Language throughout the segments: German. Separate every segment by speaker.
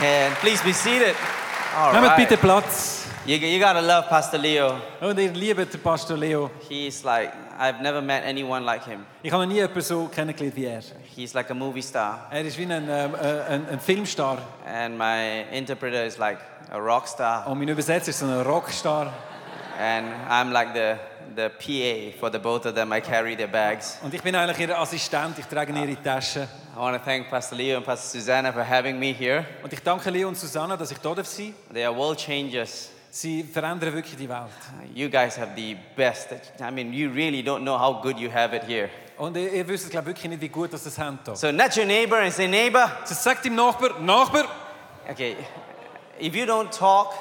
Speaker 1: And please be seated. All
Speaker 2: Nehmt bitte
Speaker 1: right.
Speaker 2: Platz.
Speaker 1: You, you gotta love Pastor Leo.
Speaker 2: Und ihr liebt Pastor Leo.
Speaker 1: He's like, I've never met anyone like him.
Speaker 2: Ich habe noch nie jemanden so kennengelernt wie er.
Speaker 1: He's like a movie star.
Speaker 2: Er ist wie ein, ähm, äh, ein, ein Filmstar.
Speaker 1: And my interpreter is like a rock star.
Speaker 2: Und mein Übersetzer ist so ein Rockstar.
Speaker 1: And I'm like the, the PA for the both of them. I carry their bags.
Speaker 2: Und ich bin eigentlich ihr Assistent. Ich trage ihre Taschen.
Speaker 1: I wanna thank Pastor Leo and Pastor Susanna for having me here.
Speaker 2: Und ich danke Leo und Susanna, dass ich hier sein darf. sein.
Speaker 1: They are world changers.
Speaker 2: Sie verändern wirklich die Welt.
Speaker 1: Uh, You guys have the best. I mean, you really don't know how good you have it here.
Speaker 2: Und ihr, ihr wisst, glaube wirklich nicht, wie gut das das haben hier.
Speaker 1: So, nudge your neighbor and say, neighbor.
Speaker 2: So sagt dem Nachbar, Nachbar,
Speaker 1: Okay, if you don't talk,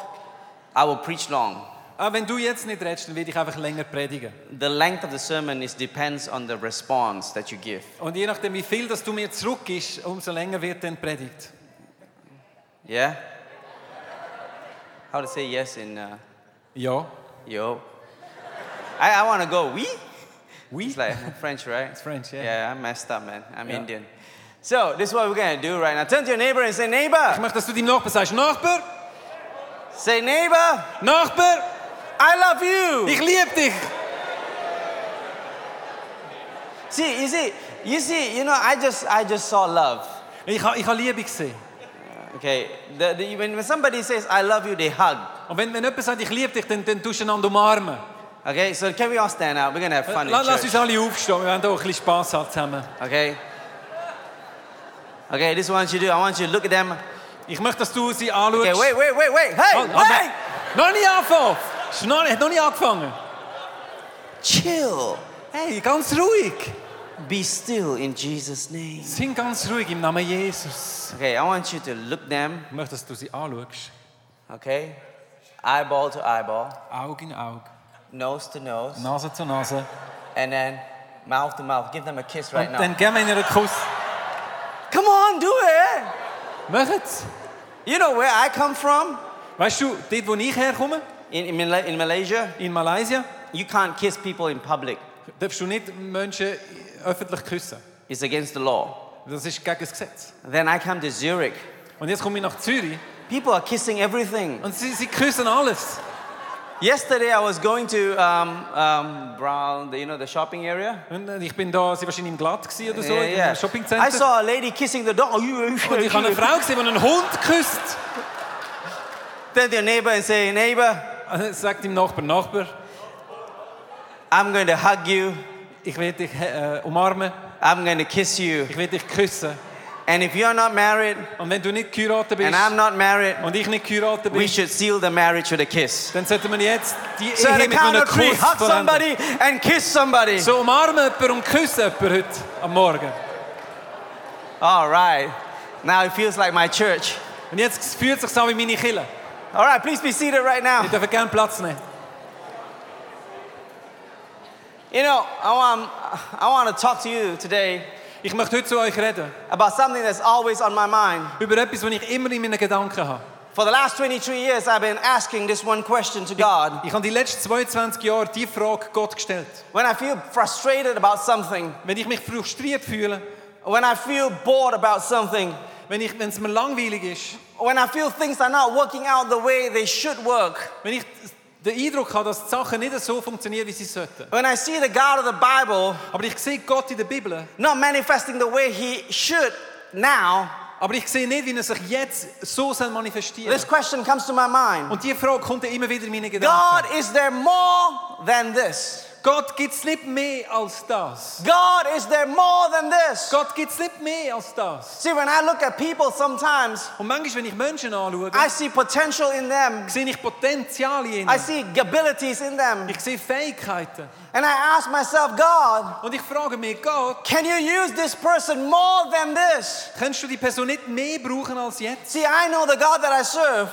Speaker 1: I will preach long.
Speaker 2: ah, wenn du jetzt nicht redest, dann werde ich einfach länger predigen.
Speaker 1: The length of the sermon is depends on the response that you give.
Speaker 2: Und je nachdem, wie viel das du mir zurückgibst, umso länger wird dann die Predigt.
Speaker 1: Yeah. How to say yes in uh,
Speaker 2: Ja.
Speaker 1: yo? I, I want to go. We?
Speaker 2: Oui.
Speaker 1: It's like French, right? It's
Speaker 2: French, yeah.
Speaker 1: Yeah, I messed up, man. I'm
Speaker 2: Yeah.
Speaker 1: Indian. So this is what we're gonna do right now. Turn to your neighbor and say,
Speaker 2: Ich
Speaker 1: neighbor,
Speaker 2: möchte, dass du deinem Nachbar sagst, Nachbar,
Speaker 1: say neighbor,
Speaker 2: Nachbar,
Speaker 1: I love you.
Speaker 2: ich liebe dich.
Speaker 1: See, you see, you see, you know, I just, I just saw love.
Speaker 2: Ich habe ich ha Liebe gesehen.
Speaker 1: Okay, the, the, when, when somebody says I love you, they hug.
Speaker 2: Und wenn, wenn jemand sagt, ich liebe dich, dann, dann tust du einander umarmen.
Speaker 1: Okay, so can we all stand up? We're gonna have fun
Speaker 2: Lass, lass
Speaker 1: in
Speaker 2: uns
Speaker 1: church.
Speaker 2: alle aufstehen, wir werden hier ein bisschen Spass haben zusammen.
Speaker 1: Okay. Okay, this is what you do. I want you to look at them.
Speaker 2: Ich möchte, dass du sie anschaust.
Speaker 1: Okay, wait, wait, wait, wait. Hey,
Speaker 2: Halt, halt,
Speaker 1: hey!
Speaker 2: Noch nicht angefangen. Ist Noch nicht, hat noch nicht angefangen.
Speaker 1: Chill.
Speaker 2: Hey, ganz ruhig.
Speaker 1: Be still in Jesus' name.
Speaker 2: Sind ganz ruhig im Namen Jesus.
Speaker 1: Okay, I want you to look them.
Speaker 2: Ich möchte, dass du sie anschaust.
Speaker 1: Okay, eyeball to eyeball,
Speaker 2: Auge in Auge,
Speaker 1: nose to nose,
Speaker 2: Nase zu Nase.
Speaker 1: and then mouth to mouth. Give them a kiss right
Speaker 2: Und dann
Speaker 1: now.
Speaker 2: geben wir ihnen einen Kuss.
Speaker 1: Come on, do it.
Speaker 2: Macht's.
Speaker 1: You know where I come from?
Speaker 2: Weißt du, dort, wo ich herkomme,
Speaker 1: In, in, Mala- in Malaysia,
Speaker 2: in Malaysia,
Speaker 1: you can't kiss people in public.
Speaker 2: darfst du nicht Menschen öffentlich küssen.
Speaker 1: It's against the law.
Speaker 2: Das ist gegen das Gesetz.
Speaker 1: Then I come to Zurich.
Speaker 2: Und jetzt komme ich nach Zürich
Speaker 1: People are kissing everything.
Speaker 2: und sie, sie küssen alles.
Speaker 1: Yesterday I was going to um, um, Brown, you know, the shopping area.
Speaker 2: Und äh, ich bin da, sie wahrscheinlich im Glatt gewesen oder so,
Speaker 1: Yeah,
Speaker 2: im
Speaker 1: yeah.
Speaker 2: Shoppingcenter.
Speaker 1: I saw a lady kissing the Oh, dog.
Speaker 2: und ich habe eine Frau gesehen, die einen Hund küsst.
Speaker 1: Tell your neighbor and say, neighbor,
Speaker 2: Und dann Also, sagt dem Nachbar, Nachbar,
Speaker 1: I'm going to hug you.
Speaker 2: ich werde dich äh, umarmen,
Speaker 1: I'm going to kiss you.
Speaker 2: ich werde dich küssen.
Speaker 1: And if you're not married
Speaker 2: Und wenn du nicht geheiratet bist
Speaker 1: and I'm not married,
Speaker 2: und ich nicht geheiratet
Speaker 1: we
Speaker 2: bin,
Speaker 1: should seal the marriage with a kiss.
Speaker 2: dann sollte man jetzt die
Speaker 1: So at
Speaker 2: Ehe
Speaker 1: the
Speaker 2: mit
Speaker 1: count
Speaker 2: einem
Speaker 1: of three,
Speaker 2: Kuss
Speaker 1: hug
Speaker 2: vollenden.
Speaker 1: somebody and kiss somebody.
Speaker 2: So umarmen jemanden und küssen jemanden heute am Morgen.
Speaker 1: All right. Now it feels like my church.
Speaker 2: Und jetzt fühlt es sich an wie meine Kille.
Speaker 1: All right, please be seated right
Speaker 2: Ich
Speaker 1: now.
Speaker 2: darf gerne Platz nehmen.
Speaker 1: You know, I want, I want to talk to you today
Speaker 2: Ich möchte heute zu euch reden
Speaker 1: about something that's always on my mind.
Speaker 2: über etwas, was ich immer in meinen Gedanken habe.
Speaker 1: For the last 23 years, I've been asking this one question to God.
Speaker 2: Ich habe die letzten 22 Jahre die Frage Gott gestellt.
Speaker 1: When I feel frustrated about something,
Speaker 2: Wenn ich mich frustriert fühle,
Speaker 1: when I feel bored about something,
Speaker 2: wenn, ich, wenn es mir langweilig ist,
Speaker 1: when I feel things are not working out the way they should work,
Speaker 2: wenn ich den Eindruck habe, dass die Sachen nicht so funktionieren, wie sie sollten.
Speaker 1: when I see the God of the Bible
Speaker 2: Aber ich sehe Gott in der Bibel,
Speaker 1: not manifesting the way He should now,
Speaker 2: aber ich sehe nicht, wie er sich jetzt so soll manifestieren
Speaker 1: this question comes to my mind
Speaker 2: Und diese Frage kommt dann immer wieder in meine
Speaker 1: God,
Speaker 2: Gedanken.
Speaker 1: is there more than this?
Speaker 2: Gott gibt es nicht mehr als das.
Speaker 1: God, is there more than this?
Speaker 2: Gott gibt es nicht mehr als das.
Speaker 1: See, when I look at people sometimes,
Speaker 2: Und manchmal, wenn ich Menschen anschaue,
Speaker 1: I see potential in them.
Speaker 2: sehe ich Potenzial in
Speaker 1: I
Speaker 2: ihnen.
Speaker 1: see abilities in them.
Speaker 2: Ich sehe Fähigkeiten.
Speaker 1: And I ask myself, God,
Speaker 2: Und ich frage mich, Gott,
Speaker 1: can you use this person more than this?
Speaker 2: kannst du die Person nicht mehr brauchen als jetzt?
Speaker 1: See, I know the God that I serve.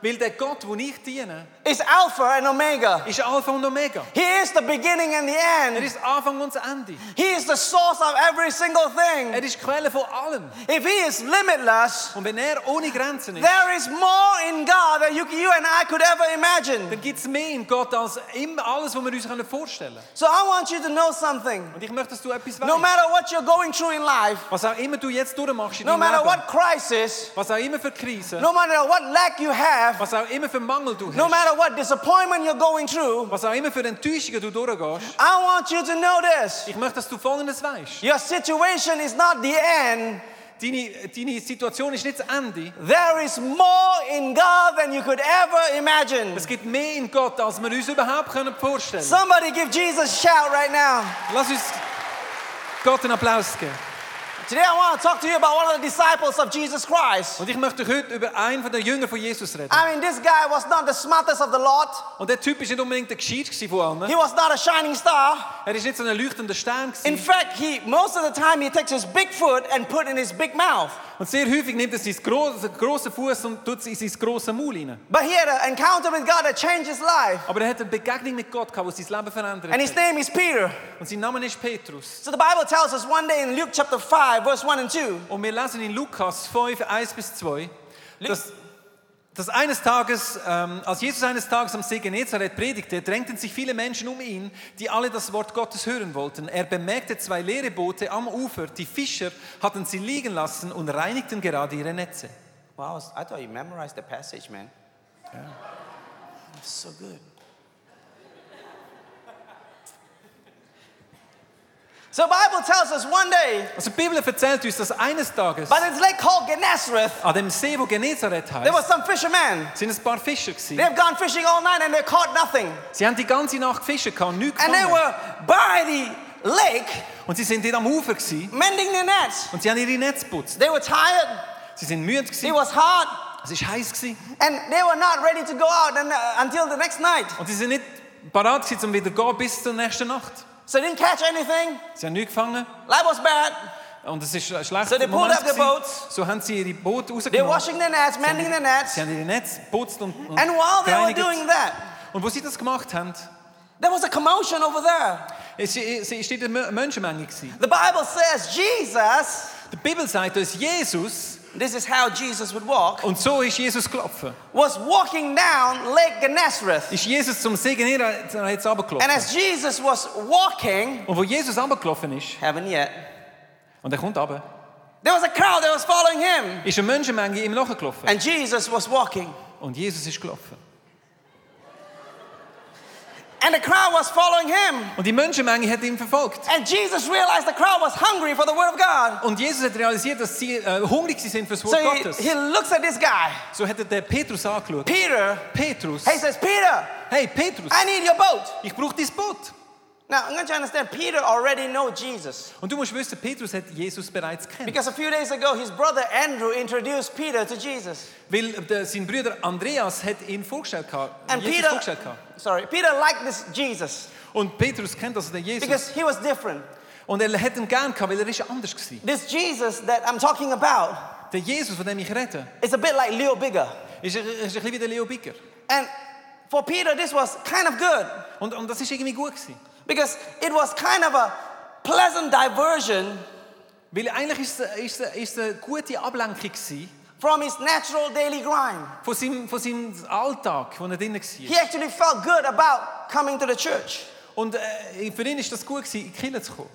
Speaker 2: Weil der Gott, wo ich diene,
Speaker 1: is Alpha and Omega.
Speaker 2: ist Alpha und Omega.
Speaker 1: He is the beginning and the
Speaker 2: Er
Speaker 1: end.
Speaker 2: ist Anfang und das Ende.
Speaker 1: He is the source of every single thing.
Speaker 2: Er ist Quelle von allem.
Speaker 1: If He is limitless,
Speaker 2: Und wenn er ohne Grenzen ist,
Speaker 1: there is more in God than you, you and I could ever imagine.
Speaker 2: dann gibt es mehr in Gott als immer alles, was wir uns können vorstellen können.
Speaker 1: So I want you to know something.
Speaker 2: Und ich möchte, dass du etwas weißt.
Speaker 1: No matter what you're going through in life,
Speaker 2: was auch immer du jetzt durchmachst in
Speaker 1: no
Speaker 2: deinem
Speaker 1: matter
Speaker 2: Leben,
Speaker 1: what crisis,
Speaker 2: was auch immer für Krisen,
Speaker 1: no matter what lack you have,
Speaker 2: was auch immer für Mangel du hast,
Speaker 1: no matter what disappointment you're going through,
Speaker 2: was auch immer für Enttäuschungen du durchgehst,
Speaker 1: I want you to know this.
Speaker 2: ich möchte, dass du Folgendes weißt.
Speaker 1: Your situation is not the end.
Speaker 2: Deine, deine Situation ist nicht das Ende.
Speaker 1: There is more in God than you could ever imagine.
Speaker 2: Es gibt mehr in Gott, als wir uns überhaupt können vorstellen können.
Speaker 1: Somebody give Jesus a shout right now.
Speaker 2: Lass uns Gott einen Applaus geben.
Speaker 1: Today I want to talk to you about one of the disciples of Jesus Christ.
Speaker 2: Und ich möchte heute über einen von den Jüngern von Jesus reden.
Speaker 1: I mean, this guy was not the smartest of the lot.
Speaker 2: Und der Typ war nicht unbedingt der Gescheit von allen.
Speaker 1: He was not a shining star.
Speaker 2: Er war nicht so ein leuchtender Stern.
Speaker 1: In
Speaker 2: Gewesen.
Speaker 1: fact, he most of the time he takes his big foot and put in his big mouth.
Speaker 2: Und sehr häufig nimmt er seinen grossen, grossen Fuß und tut es in seinen grossen Maul rein.
Speaker 1: But he had an encounter with God that changed his life.
Speaker 2: Aber er hat eine Begegnung mit Gott gehabt, die sein Leben verändert
Speaker 1: And
Speaker 2: hat.
Speaker 1: his name is Peter.
Speaker 2: Und sein Name ist Petrus.
Speaker 1: So the Bible tells us one day in Luke chapter 5, verse 1 and 2.
Speaker 2: Und wir lesen in Lukas 5, 1 bis 2, dass, dass eines Tages, ähm, als Jesus eines Tages am See Genezareth predigte, drängten sich viele Menschen um ihn, die alle das Wort Gottes hören wollten. Er bemerkte zwei leere Boote am Ufer. Die Fischer hatten sie liegen lassen und reinigten gerade ihre Netze.
Speaker 1: Wow, I, was- I thought you memorized the passage, man. That's so good. So Bible tells us one day,
Speaker 2: Also die Bibel erzählt uns, dass eines Tages
Speaker 1: by this lake called Gennesareth,
Speaker 2: an dem See, wo Genezareth
Speaker 1: there were
Speaker 2: heißt,
Speaker 1: some fishermen.
Speaker 2: sind ein paar Fischer
Speaker 1: They
Speaker 2: gewesen.
Speaker 1: have gone fishing all night and they caught nothing.
Speaker 2: Sie haben die ganze Nacht gefischt, gehabt, nichts
Speaker 1: And they
Speaker 2: gefangen.
Speaker 1: were by the lake
Speaker 2: Und sie sind dort am Ufer gewesen
Speaker 1: mending their nets.
Speaker 2: und sie haben ihre Netze geputzt.
Speaker 1: They were tired.
Speaker 2: Sie sind müde
Speaker 1: It
Speaker 2: gewesen,
Speaker 1: was hot.
Speaker 2: es war heiß gewesen
Speaker 1: And they were not ready to go out and, uh, until the next night.
Speaker 2: und sie sind nicht parat gewesen, um wieder zu gehen bis zur nächsten Nacht.
Speaker 1: So they didn't catch anything.
Speaker 2: Sie haben nichts gefangen
Speaker 1: Life was bad.
Speaker 2: und es ist ein schlechter
Speaker 1: So they
Speaker 2: Moment
Speaker 1: pulled up their
Speaker 2: gewesen.
Speaker 1: boats.
Speaker 2: So haben sie ihre Boote
Speaker 1: They're
Speaker 2: rausgenommen.
Speaker 1: washing their nets, mending their nets.
Speaker 2: Sie haben ihre Netze geputzt und, und
Speaker 1: And while they were
Speaker 2: gereinigt.
Speaker 1: doing that,
Speaker 2: Und wo sie das gemacht haben,
Speaker 1: there was a commotion over there.
Speaker 2: es war eine Menschenmenge. Gewesen.
Speaker 1: The Bible says Jesus,
Speaker 2: Die Bibel sagt, dass Jesus,
Speaker 1: this is how Jesus would walk,
Speaker 2: und so ist Jesus gelaufen,
Speaker 1: was walking down Lake Gennesareth.
Speaker 2: ist Jesus zum See Genezareth runtergelaufen.
Speaker 1: And as Jesus was walking,
Speaker 2: Und wo Jesus runtergelaufen ist,
Speaker 1: haven't yet,
Speaker 2: und er kommt runter,
Speaker 1: there was a crowd that was following him.
Speaker 2: ist eine Menschenmenge ihm nachgelaufen.
Speaker 1: And Jesus was walking.
Speaker 2: Und Jesus ist gelaufen.
Speaker 1: And the crowd was following him.
Speaker 2: Und die Menschenmenge hat ihn verfolgt.
Speaker 1: And Jesus realized the crowd was hungry for the word of God.
Speaker 2: Und Jesus hat realisiert, dass sie äh, hungrig sie sind für das Wort
Speaker 1: So
Speaker 2: Gottes.
Speaker 1: he, he looks at this guy,
Speaker 2: so hat er den Petrus angeschaut.
Speaker 1: Peter.
Speaker 2: Petrus.
Speaker 1: He says, Peter,
Speaker 2: Hey, Petrus,
Speaker 1: I need your boat.
Speaker 2: ich brauche dein Boot.
Speaker 1: Now, I'm going to understand, Peter already knows Jesus.
Speaker 2: Und du musst wissen, Petrus hat Jesus bereits kennt.
Speaker 1: Because a few days ago, his brother Andrew introduced Peter to Jesus.
Speaker 2: Weil äh, der, sein Bruder Andreas hat ihn vorgestellt. gehabt,
Speaker 1: And
Speaker 2: Jesus
Speaker 1: Peter,
Speaker 2: vorgestellt gehabt.
Speaker 1: sorry, Peter liked this Jesus
Speaker 2: Und Petrus kennt also den Jesus.
Speaker 1: because he was different.
Speaker 2: Und er hat ihn gern gehabt, weil er ist anders gewesen.
Speaker 1: This Jesus that I'm talking about
Speaker 2: Der Jesus, von dem ich rede,
Speaker 1: is a bit like Leo Bigger.
Speaker 2: ist, ein- ist ein bisschen wie der Leo Bicker.
Speaker 1: And for Peter, this was kind of good
Speaker 2: Und, und das ist irgendwie gut gewesen.
Speaker 1: because it was kind of a pleasant diversion
Speaker 2: Weil eigentlich ist es, ist es, ist es eine gute Ablenkung gewesen
Speaker 1: from his natural daily grind.
Speaker 2: von seinem, von seinem Alltag, wo er drin war.
Speaker 1: He actually felt good about coming to the church.
Speaker 2: Und äh, für ihn war das gut, gewesen, in die Kirche zu kommen.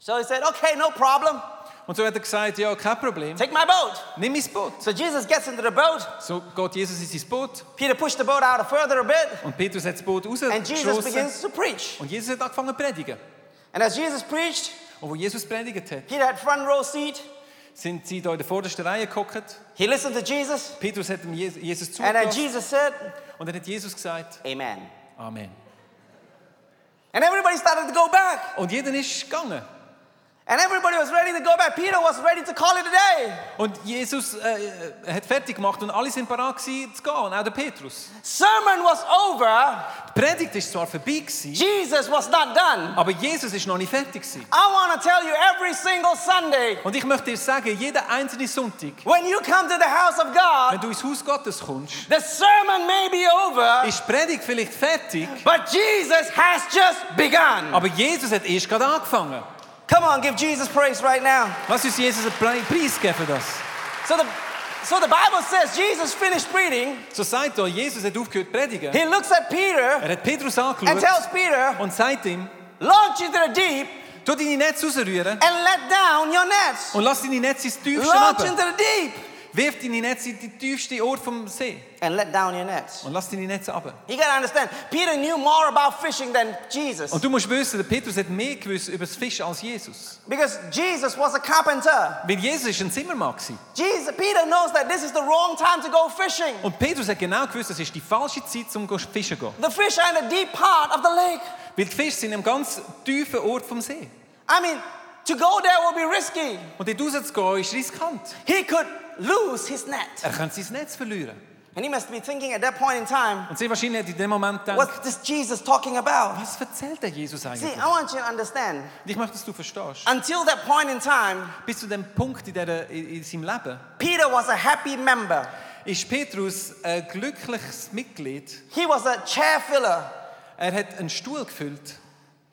Speaker 1: So he said, okay, no problem.
Speaker 2: Und so hat er gesagt, ja, kein Problem,
Speaker 1: Take my boat.
Speaker 2: nimm mein Boot.
Speaker 1: So Jesus gets into the boat.
Speaker 2: So geht Jesus in sein Boot
Speaker 1: Peter pushed the boat out a further a bit.
Speaker 2: und Petrus hat das Boot
Speaker 1: And Jesus
Speaker 2: rausgeschossen.
Speaker 1: begins to preach.
Speaker 2: Und Jesus hat angefangen zu predigen.
Speaker 1: And as Jesus preached,
Speaker 2: Und wo Jesus predigt hat,
Speaker 1: Peter had front row seat.
Speaker 2: sind sie da in der vordersten Reihe gekocht.
Speaker 1: He listened to Jesus.
Speaker 2: Petrus hat dem Je- Jesus
Speaker 1: And then
Speaker 2: zugelassen.
Speaker 1: Jesus said,
Speaker 2: Und dann hat Jesus gesagt,
Speaker 1: Amen.
Speaker 2: Amen.
Speaker 1: And everybody started to go back.
Speaker 2: Und jeder ist gegangen.
Speaker 1: And everybody was ready to go back. Peter was ready to call it a day.
Speaker 2: Und Jesus äh, hat fertig gemacht und alle sind bereit gewesen, zu gehen, auch der Petrus.
Speaker 1: Sermon was over.
Speaker 2: Die Predigt ist zwar vorbei gewesen,
Speaker 1: Jesus was not done.
Speaker 2: aber Jesus ist noch nicht fertig gewesen.
Speaker 1: I want to tell you every single Sunday,
Speaker 2: Und ich möchte dir sagen, jeder einzelne Sonntag,
Speaker 1: when you come to the house of God,
Speaker 2: wenn du ins Haus Gottes kommst,
Speaker 1: the sermon may be over,
Speaker 2: ist die Predigt vielleicht fertig,
Speaker 1: but Jesus has just begun.
Speaker 2: aber Jesus hat erst gerade angefangen.
Speaker 1: Come on, give Jesus praise right now.
Speaker 2: Lass uns Jesus einen Pre- Preis geben für das.
Speaker 1: So the so the Bible says Jesus finished preaching.
Speaker 2: So sagt er, Jesus hat aufgehört zu predigen.
Speaker 1: He looks at Peter
Speaker 2: Er hat Petrus
Speaker 1: and
Speaker 2: angeschaut
Speaker 1: tells Peter,
Speaker 2: und sagt ihm,
Speaker 1: launch into the deep
Speaker 2: tu deine Netze rausrühren
Speaker 1: and let down your nets.
Speaker 2: und lass deine Netze ins tiefste
Speaker 1: Launch
Speaker 2: runter.
Speaker 1: into the deep
Speaker 2: Wirf deine Netze in den tiefsten Ort vom See
Speaker 1: and let down your nets.
Speaker 2: und lass deine Netze runter.
Speaker 1: You gotta understand, Peter knew more about fishing than Jesus.
Speaker 2: Und du musst wissen, der Petrus hat mehr gewusst über das Fischen als Jesus.
Speaker 1: Because Jesus was a carpenter.
Speaker 2: Weil Jesus war ein Zimmermann. gewesen.
Speaker 1: Jesus, Peter knows that this is the wrong time to go fishing.
Speaker 2: Und Petrus hat genau gewusst, es ist die falsche Zeit, um go fischen zu gehen.
Speaker 1: The fish are in the deep part of the lake.
Speaker 2: Weil die Fische sind am ganz tiefen Ort vom See.
Speaker 1: I mean, to go there will be risky.
Speaker 2: Und dort rauszugehen ist riskant.
Speaker 1: He could lose his net.
Speaker 2: Er könnte sein Netz verlieren.
Speaker 1: And he must be thinking at that point in time,
Speaker 2: Und sehr wahrscheinlich hat in dem Moment gedacht,
Speaker 1: what's this Jesus talking about?
Speaker 2: was erzählt der Jesus
Speaker 1: See,
Speaker 2: eigentlich?
Speaker 1: I want you to understand,
Speaker 2: Und ich möchte, dass du verstehst.
Speaker 1: until that point in time,
Speaker 2: Bis zu dem Punkt in, dieser, in, in seinem Leben
Speaker 1: Peter was a happy member.
Speaker 2: ist Petrus ein glückliches Mitglied.
Speaker 1: He was a chair filler.
Speaker 2: Er hat einen Stuhl gefüllt.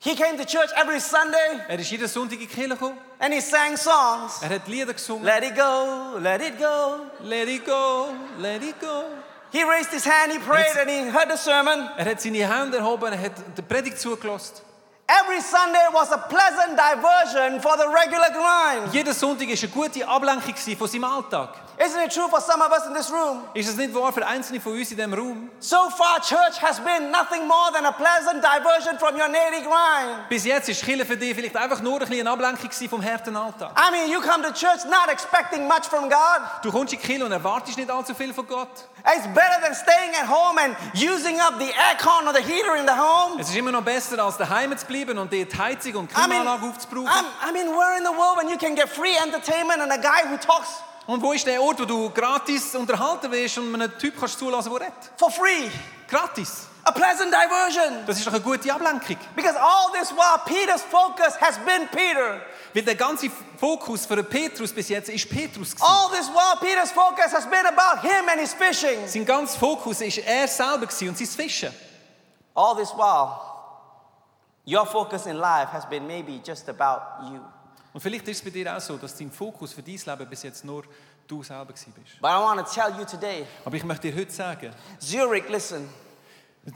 Speaker 1: He came to church every Sunday
Speaker 2: Er ist jeden Sonntag in die Kirche gekommen.
Speaker 1: and he sang songs.
Speaker 2: Er hat Lieder gesungen.
Speaker 1: Let it go, let it go.
Speaker 2: Let it go, let it go.
Speaker 1: He raised his hand, he prayed, and he heard the sermon.
Speaker 2: Er hat seine Hände erhoben, er hat der Predigt zugelassen.
Speaker 1: Every Sunday was a pleasant diversion for the regular grind.
Speaker 2: Jeder Sonntag war eine gute Ablenkung gewesen von seinem Alltag.
Speaker 1: Isn't it true for some of us in this room?
Speaker 2: Ist es nicht wahr für einzelne von uns in diesem Raum?
Speaker 1: So far, church has been nothing more than a pleasant diversion from your daily grind.
Speaker 2: Bis jetzt war Kirche für dich vielleicht einfach nur ein bisschen eine Ablenkung gewesen vom harten Alltag.
Speaker 1: I mean, you come to church not expecting much from God.
Speaker 2: Du kommst in die Kirche und erwartest nicht allzu viel von Gott.
Speaker 1: It's better than staying at home and using up the aircon or the heater in the home.
Speaker 2: Es ist immer noch besser, als daheim zu bleiben und dir die Heizung und die
Speaker 1: I mean,
Speaker 2: Klimaanlage aufzubrauchen.
Speaker 1: I'm, I mean, where in the world when you can get free entertainment and a guy who talks
Speaker 2: Und wo ist der Ort, wo du gratis unterhalten wirst und einem Typ kannst zulassen, der redet?
Speaker 1: for free?
Speaker 2: Gratis.
Speaker 1: A pleasant diversion.
Speaker 2: Das ist doch eine gute Ablenkung.
Speaker 1: Because all this while, Peter's focus has been Peter.
Speaker 2: Weil der ganze Fokus für den Petrus bis jetzt ist Petrus. gewesen.
Speaker 1: All this while, Peter's focus has been about him and his fishing.
Speaker 2: Sein ganzer Fokus ist er selber gewesen und sein Fischen.
Speaker 1: All this while, your focus in life has been maybe just about you.
Speaker 2: Und vielleicht ist es bei dir auch so, dass dein Fokus für dein Leben bis jetzt nur du selber gewesen bist.
Speaker 1: But I want to tell you today,
Speaker 2: Aber ich möchte dir heute sagen,
Speaker 1: Zurich, listen.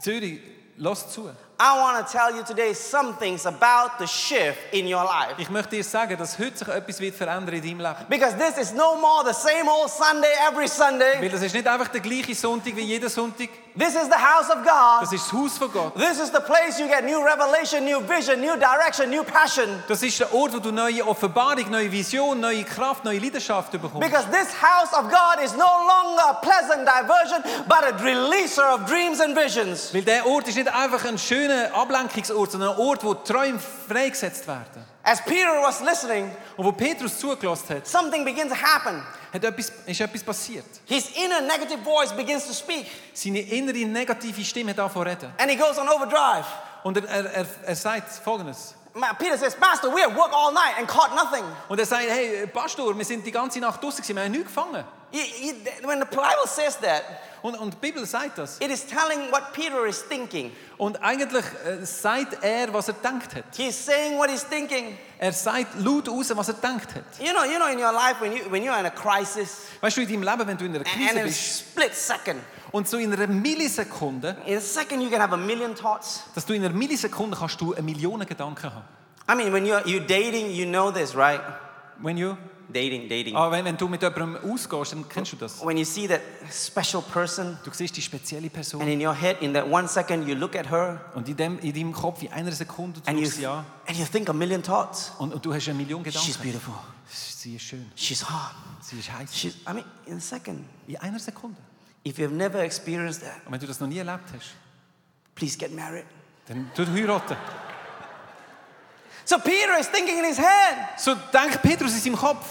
Speaker 2: Zürich, lass zu.
Speaker 1: I want to tell you today something's about the shift in your life.
Speaker 2: Ich möchte dir sagen, dass heute sich etwas wird verändern in deinem Leben.
Speaker 1: Because this is no more the same old Sunday every Sunday.
Speaker 2: Weil das ist nicht einfach der gleiche Sonntag wie jeder Sonntag.
Speaker 1: This is the house of God.
Speaker 2: Das ist das Haus von Gott.
Speaker 1: This is the place you get new revelation, new vision, new direction, new passion.
Speaker 2: Das ist der Ort, wo du neue Offenbarung, neue Vision, neue Kraft, neue Leidenschaft bekommst.
Speaker 1: Because this house of God is no longer a pleasant diversion, but a releaser of dreams and visions.
Speaker 2: Weil der Ort ist nicht einfach ein schöner Ablenkungsort, sondern ein Ort, wo Träume freigesetzt werden.
Speaker 1: As Peter was listening,
Speaker 2: Und wo Petrus zugelassen hat,
Speaker 1: something begins to happen.
Speaker 2: hat etwas, ist etwas passiert.
Speaker 1: His inner negative voice begins to speak,
Speaker 2: Seine innere negative Stimme hat angefangen zu reden.
Speaker 1: and he goes on overdrive.
Speaker 2: Und er, er, er, er sagt Folgendes.
Speaker 1: Ma- Peter says, Master, we have worked all night and caught nothing.
Speaker 2: Und er sagt, hey Pastor, wir sind die ganze Nacht draußen, gewesen, wir haben nichts gefangen.
Speaker 1: You- you- th- When the Bible says that,
Speaker 2: Und, und die Bibel sagt das.
Speaker 1: it is telling what Peter is thinking.
Speaker 2: Und eigentlich äh, sagt er, was er gedacht hat.
Speaker 1: He's saying what he's thinking.
Speaker 2: Er sagt laut raus, was er gedacht hat.
Speaker 1: You know, you know, in your life, when, you, when you're in a crisis,
Speaker 2: Weißt du, in deinem Leben, wenn du in einer
Speaker 1: and
Speaker 2: Krise
Speaker 1: in a
Speaker 2: bist
Speaker 1: split second,
Speaker 2: und so in einer Millisekunde,
Speaker 1: in a second, you can have a million thoughts.
Speaker 2: dass du in einer Millisekunde kannst du eine Million Gedanken haben.
Speaker 1: I mean, when you're, you're dating, you know this, right?
Speaker 2: Wenn, you,
Speaker 1: Dating, dating.
Speaker 2: ah, wenn, wenn du mit jemandem ausgehst, dann kennst du das.
Speaker 1: When you see that special person,
Speaker 2: Du siehst die spezielle Person.
Speaker 1: and in your head, in that one second, you look at her,
Speaker 2: Und in, dem, in deinem Kopf, in einer Sekunde, du
Speaker 1: and you,
Speaker 2: schaust sie an
Speaker 1: and you think a million thoughts.
Speaker 2: und, und du hast eine Million
Speaker 1: She's
Speaker 2: Gedanken.
Speaker 1: beautiful.
Speaker 2: Sie ist schön,
Speaker 1: She's hot.
Speaker 2: sie ist heiß.
Speaker 1: She's, I mean, in a second.
Speaker 2: In einer Sekunde.
Speaker 1: If you've never experienced that,
Speaker 2: Und wenn du das noch nie erlebt hast,
Speaker 1: please get married.
Speaker 2: dann tu heiraten.
Speaker 1: So Peter is thinking in his head.
Speaker 2: So denkt Petrus in seinem Kopf.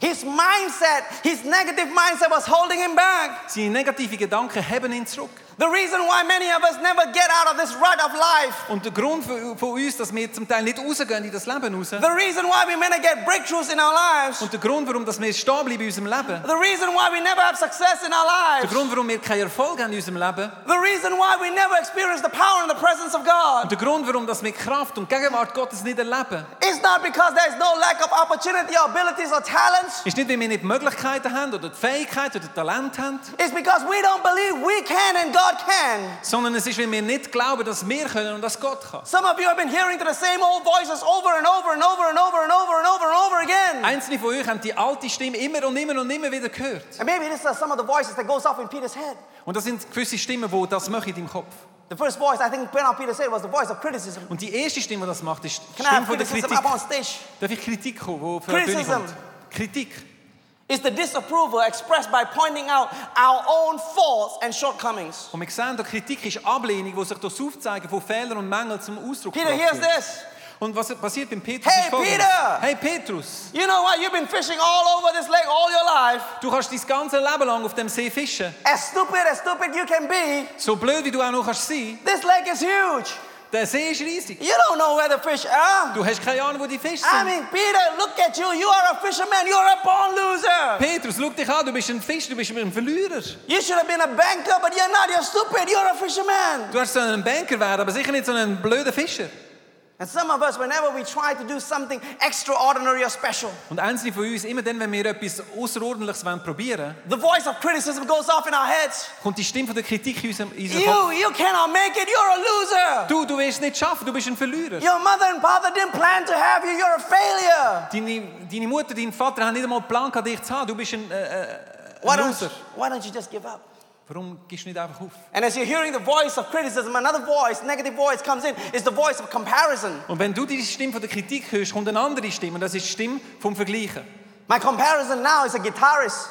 Speaker 1: His mindset, his negative mindset was holding him back.
Speaker 2: Seine negativen Gedanken haben ihn zurück.
Speaker 1: The reason why many of us never get out of this rut of life.
Speaker 2: Und der Grund für- von uns, dass wir zum Teil nicht rausgehen in das Leben raus,
Speaker 1: The reason why we may not get breakthroughs in our lives.
Speaker 2: und der Grund, warum dass wir stehen bleiben in unserem Leben,
Speaker 1: The reason why we never have success in our
Speaker 2: der
Speaker 1: lives.
Speaker 2: Grund, warum wir keinen Erfolg haben in unserem Leben,
Speaker 1: The reason why we never experience the power and the presence of God.
Speaker 2: und der Grund, warum dass wir Kraft und Gegenwart Gottes nicht erleben,
Speaker 1: It's not because there's no lack of opportunity or abilities or talents.
Speaker 2: ist nicht, weil wir nicht die Möglichkeiten haben oder die Fähigkeit oder Talent haben,
Speaker 1: It's because we don't believe we can and God can.
Speaker 2: sondern es ist, weil wir nicht glauben, dass wir können und dass Gott kann.
Speaker 1: Some of you have been hearing to the same old voices over and over and over and over and over and over and over again.
Speaker 2: Einzelne von euch haben die alte Stimme immer und immer und immer wieder gehört.
Speaker 1: And maybe this is some of the voices that goes off in Peter's head.
Speaker 2: Und das sind gewisse Stimmen, die das machen in deinem Kopf.
Speaker 1: The first voice I think went off Peter's head was the voice of criticism.
Speaker 2: Und die erste Stimme, die das macht, ist die
Speaker 1: Can I
Speaker 2: Stimme
Speaker 1: have
Speaker 2: von der
Speaker 1: criticism
Speaker 2: Kritik.
Speaker 1: up on stage?
Speaker 2: Darf ich Kritik kommen, die von der Bühne
Speaker 1: Criticism.
Speaker 2: kommt? Kritik.
Speaker 1: It's the disapproval expressed by pointing out our own faults and shortcomings.
Speaker 2: Und wir sehen, die Kritik ist Ablehnung, die sich durch das Aufzeigen von Fehlern und Mängeln zum Ausdruck
Speaker 1: Peter
Speaker 2: gebracht
Speaker 1: hears
Speaker 2: wird.
Speaker 1: this.
Speaker 2: Und was passiert beim Petrus
Speaker 1: Hey,
Speaker 2: ist folgendes.
Speaker 1: Peter!
Speaker 2: Hey Petrus,
Speaker 1: You know what? You've been fishing all over this lake all your life.
Speaker 2: du kannst dein ganze Leben lang auf dem See fischen.
Speaker 1: As stupid as stupid you can be,
Speaker 2: So blöd, wie du auch noch kannst sein,
Speaker 1: this lake is huge.
Speaker 2: der See ist riesig.
Speaker 1: You don't know where the fish are.
Speaker 2: Du hast keine Ahnung, wo die Fische
Speaker 1: I
Speaker 2: sind.
Speaker 1: mean, Peter, look at you. You are a fisherman. You're a born loser.
Speaker 2: Petrus, schau dich an, du bist ein Fisch, du bist ein Verlierer.
Speaker 1: You should have been a banker, but you're not. You're stupid. You're a fisherman.
Speaker 2: Du hast so einen Banker werden, aber sicher nicht so einen blöden Fischer.
Speaker 1: And some of us, whenever we try to do something extraordinary or special,
Speaker 2: Und einzelne von uns, immer dann, wenn wir etwas Außerordentliches wollen probieren
Speaker 1: the voice of criticism goes off in our heads.
Speaker 2: kommt die Stimme von der Kritik in unseren in unseren Kopf.
Speaker 1: You, you cannot make it. You're a loser.
Speaker 2: Du, du wirst es nicht schaffen, du bist ein Verlierer.
Speaker 1: Your mother and father didn't plan to have you. You're a failure.
Speaker 2: Deine, deine Mutter, dein Vater haben nicht einmal einen Plan, gehabt, dich zu haben. Du bist ein, äh, äh,
Speaker 1: Why
Speaker 2: ein
Speaker 1: don't,
Speaker 2: Loser.
Speaker 1: why don't you just give up?
Speaker 2: Warum gehst du nicht einfach auf?
Speaker 1: And as you're hearing the voice of criticism, another voice, negative voice comes in, is the voice of comparison.
Speaker 2: Und wenn du die Stimme von der Kritik hörst, kommt eine andere Stimme. Und das ist die Stimme vom Vergleichen.
Speaker 1: My comparison now is a guitarist.